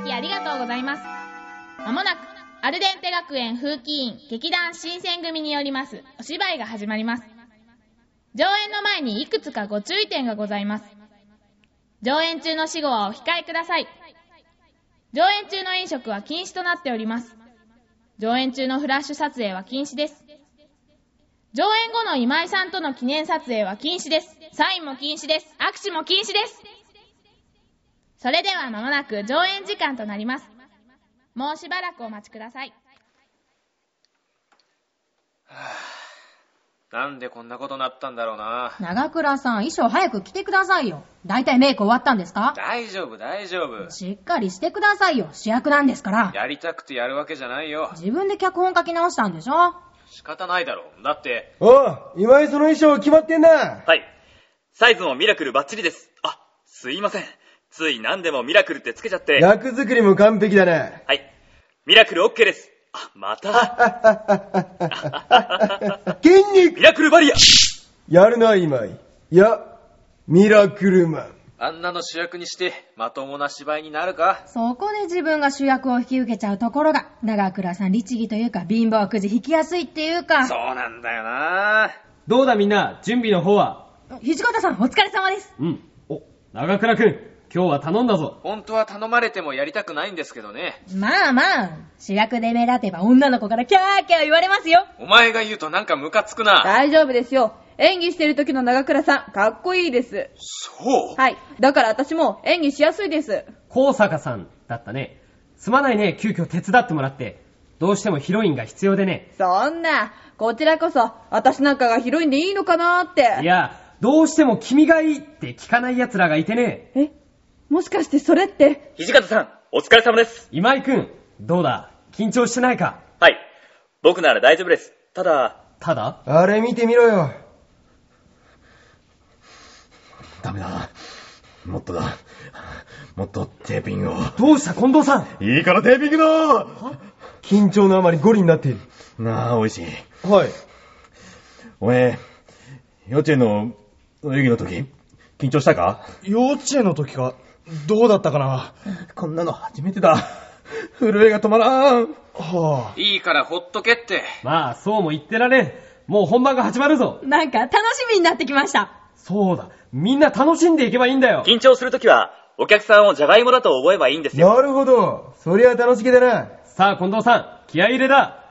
ございます。まもなく、アルデンテ学園風紀委員劇団新選組によりますお芝居が始まります。上演の前にいくつかご注意点がございます。上演中の死後はお控えください。上演中の飲食は禁止となっております。上演中のフラッシュ撮影は禁止です。上演後の今井さんとの記念撮影は禁止です。サインも禁止です。握手も禁止です。それでは間もなく上演時間となります。もうしばらくお待ちください。なんでこんなことなったんだろうな。長倉さん、衣装早く着てくださいよ。だいたいメイク終わったんですか大丈夫、大丈夫。しっかりしてくださいよ。主役なんですから。やりたくてやるわけじゃないよ。自分で脚本書き直したんでしょ仕方ないだろう。だって、おう、今井その衣装決まってんな。はい。サイズもミラクルバッチリです。あ、すいません。つい何でもミラクルってつけちゃって。役作りも完璧 だね。はい。ミラクルオッケーです。あ、また。筋ミ肉ラクルバリアやるな、今井。いや、ミラクルマン。あんなの主役にして、まともな芝居になるかそこで自分が主役を引き受けちゃうところが、長倉さん律儀というか、貧乏くじ引きやすいっていうか。そうなんだよな。どうだみんな、準備の方は土方さん、お疲れ様です。うん。お、長倉くん、今日は頼んだぞ。本当は頼まれてもやりたくないんですけどね。まあまあ、主役で目立てば女の子からキャーキャー言われますよ。お前が言うとなんかムカつくな。大丈夫ですよ。演技してる時の長倉さん、かっこいいです。そうはい。だから私も演技しやすいです。高坂さんだったね。すまないね、急遽手伝ってもらって。どうしてもヒロインが必要でね。そんな、こちらこそ、私なんかがヒロインでいいのかなーって。いや、どうしても君がいいって聞かない奴らがいてね。え、もしかしてそれって、土方さん、お疲れ様です。今井くん、どうだ緊張してないかはい。僕なら大丈夫です。ただ、ただあれ見てみろよ。ダメだ。もっとだ。もっとテーピングを。どうした近藤さんいいからテーピングだ緊張のあまりゴリになっている。なあ、おいしい。はい。おめえ、幼稚園の泳ぎの時、緊張したか幼稚園の時か、どうだったかな。こんなの初めてだ。震えが止まらん。はぁ、いいからほっとけって。まあ、そうも言ってられん。もう本番が始まるぞ。なんか楽しみになってきました。そうだ。みんな楽しんでいけばいいんだよ。緊張するときは、お客さんをジャガイモだと覚えばいいんですよ。なるほど。そりゃ楽しげだな。さあ、近藤さん、気合い入れだ。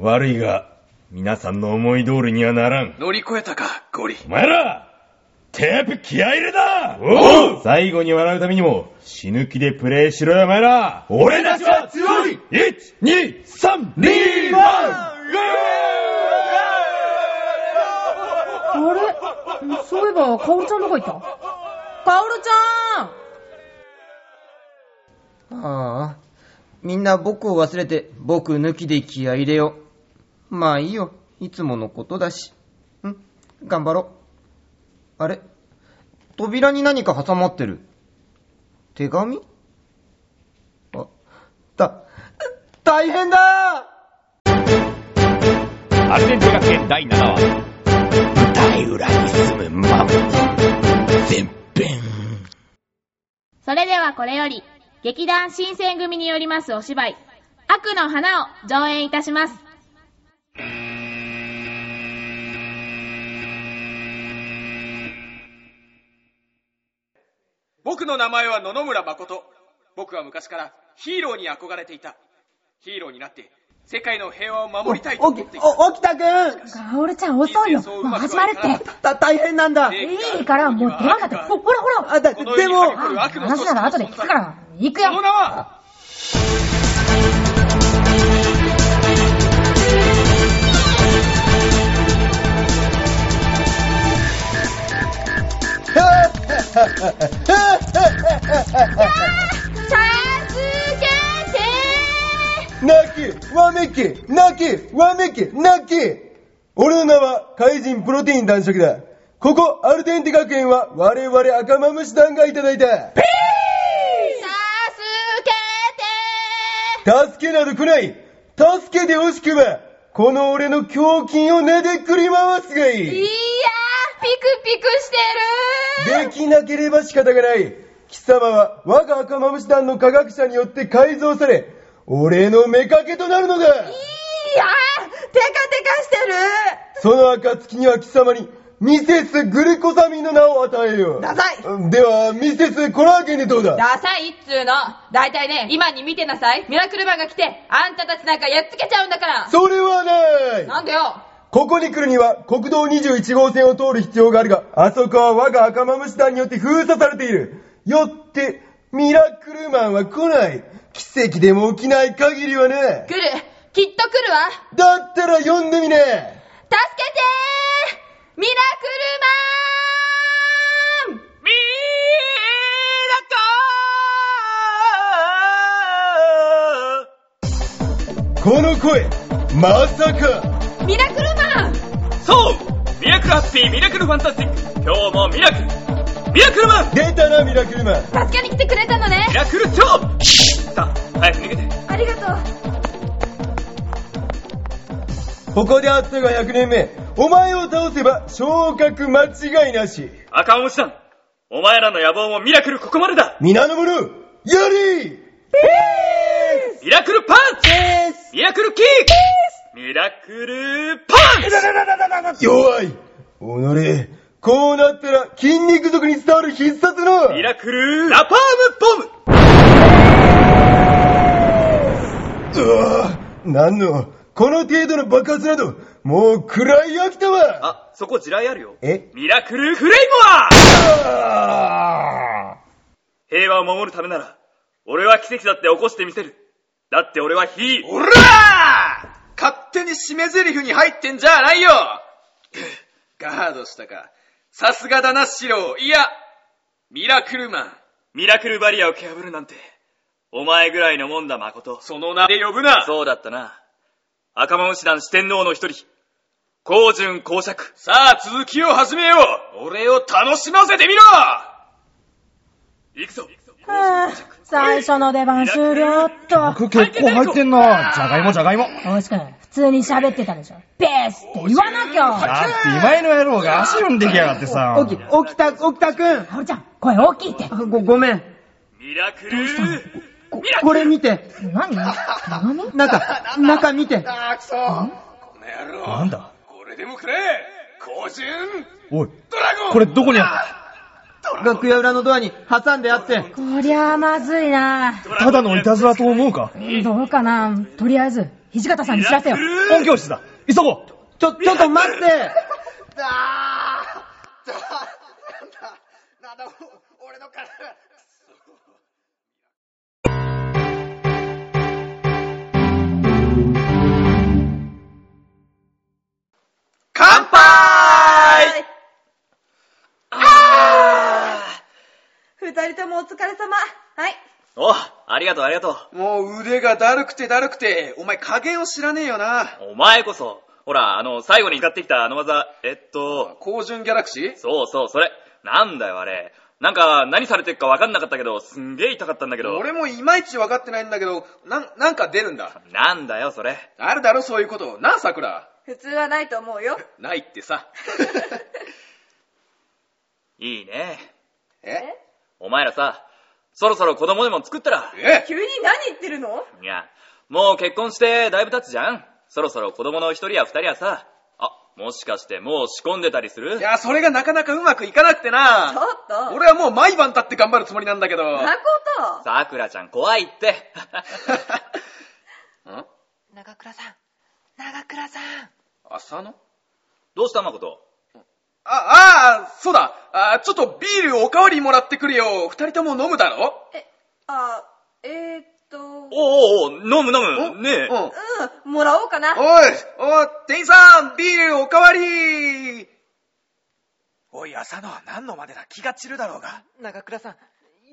悪いが、皆さんの思い通りにはならん。乗り越えたか、ゴリ。お前ら、テープ気合入れだお最後に笑うためにも、死ぬ気でプレイしろよ、お前ら俺たちは強い !1、2、3、2、あれそういえば、かおるちゃんどこ行ったかおるちゃんああ、みんな僕を忘れて、僕抜きで気合い入れよう。まあいいよ、いつものことだし。ん頑張ろう。あれ扉に何か挟まってる。手紙あ、だ、大変だアルデンテ学園第7話舞台裏に住むマム全編それではこれより、劇団新選組によりますお芝居、悪の花を上演いたします。僕の名前は野々村誠。僕は昔からヒーローに憧れていた。ヒーローになって、世界の平和を守りたいとお思き、っていた。お、起きたくんかおるちゃん遅いよ。もう始まるって。た、大変なんだいいから、もう出なかった。ほ、ほらほら。あ、だ、こので世にもは、あ話なら後で聞くから。行くそのよ。名は、助けて泣き、わめき、泣き、わめき、泣き俺の名は怪人プロテイン男色だ。ここ、アルデンテ学園は我々赤マムシ団がいただいた。助け助けなど来ない助けて欲しくばこの俺の胸筋をねでくり回すがいいていやー、ピクピクしてるできなければ仕方がない貴様は我が赤マムシ団の科学者によって改造され、お礼の目かけとなるのだいやーテカテカしてるその暁には貴様に、ミセスグルコサミンの名を与えよう。ダサいでは、ミセスコラーゲンでどうだダサいっつうの。だいたいね、今に見てなさい。ミラクルマンが来て、あんたたちなんかやっつけちゃうんだから。それはないなんでよ。ここに来るには国道21号線を通る必要があるが、あそこは我が赤マムシ団によって封鎖されている。よって、ミラクルマンは来ない。奇跡でも起きない限りはね。来る。きっと来るわ。だったら呼んでみね助けてーミラクルマンミこの声、まさかミラクルマンそうミラクルハッピーミラクルファンタスティック今日もミラクルミラクルマン出たな、ミラクルマン助けに来てくれたのねミラクル超さあ、早く逃げてありがとうここであったが100年目。お前を倒せば昇格間違いなし。赤星さんお前らの野望もミラクルここまでだ皆の者、やりミラクルパンチミラクルキックミラクルパンチ弱い己、こうなったら筋肉族に伝わる必殺のミラクルラパームボムうわぁ、なんの、この程度の爆発など、もう暗い秋だわあ、そこ地雷あるよ。えミラクルクレイモア平和を守るためなら、俺は奇跡だって起こしてみせる。だって俺はヒーローおらー勝手に締め台詞に入ってんじゃないよ ガードしたか。さすがだな、シロー。いや、ミラクルマン。ミラクルバリアを蹴破るなんて、お前ぐらいのもんだ、誠。その名で呼ぶな。そうだったな。赤間武士団四天王の一人、高順公爵。さあ、続きを始めよう。俺を楽しませてみろ行くぞ。はぁ、最初の出番終了っと。僕結構入ってんな。じゃがいもじゃがいも。大しくん、普通に喋ってたでしょ。ベースって言わなきゃだって今井の野郎が足読んできやがってさ。起き、起きた、起きたくん。はるちゃん、声大きいって。ご、ごめん。ミラクルこ、これ見て。何何中、中見て。あ、くそこの野郎。なんだこれでもくれ高順おい、ドラゴンこれどこにあっ楽屋裏のドアに挟んであって。こりゃまずいなたただのいたずらと思うかどうかなとりあえず、土方さんに知らせよう。音教室だ急ごうちょ、ちょっと待って乾杯二人ともお疲れ様。はい。お、ありがとうありがともう腕がだるくてだるくて、お前加減を知らねえよな。う。お前こそ、ほら、あの、最後に使ってきたあの技、えっと、高順ギャラクシーそうそう、それ。なんだよ、あれ。なんか、何されてるかわかんなかったけど、すんげえ痛かったんだけど。俺もいまいち分かってないんだけど、なん、なんか出るんだ。なんだよ、それ。あるだろ、そういうこと。なあ、桜。普通はないと思うよ。ないって さ。いいね。えお前らさ、そろそろ子供でも作ったら。え急に何言ってるのいや、もう結婚してだいぶ経つじゃん。そろそろ子供の一人や二人やさ。あ、もしかしてもう仕込んでたりするいや、それがなかなかうまくいかなくてちょっな。と。俺はもう毎晩立って頑張るつもりなんだけど。誠さくらちゃん怖いって。 ん長倉さん長倉さん浅野どうした誠あ、ああ、そうだ。あちょっとビールおかわりもらってくるよ。二人とも飲むだろえ、あ、えー、っと、うん、おうおうおう、飲む飲む。ねえ。うん。もらおうかな。おい、おい、店員さん、ビールおかわりおい、浅野、何のまでだ気が散るだろうが。長倉さ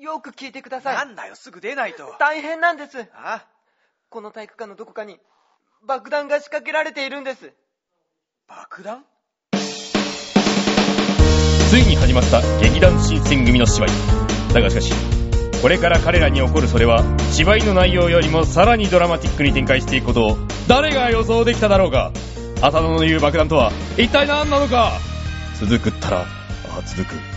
ん、よく聞いてください。なんだよ、すぐ出ないと。大変なんです。あこの体育館のどこかに爆弾が仕掛けられているんです。爆弾ついに始まった劇団新選組の芝居だがしかしこれから彼らに起こるそれは芝居の内容よりもさらにドラマティックに展開していくことを誰が予想できただろうか浅野の言う爆弾とは一体何なのか続くったらああ続く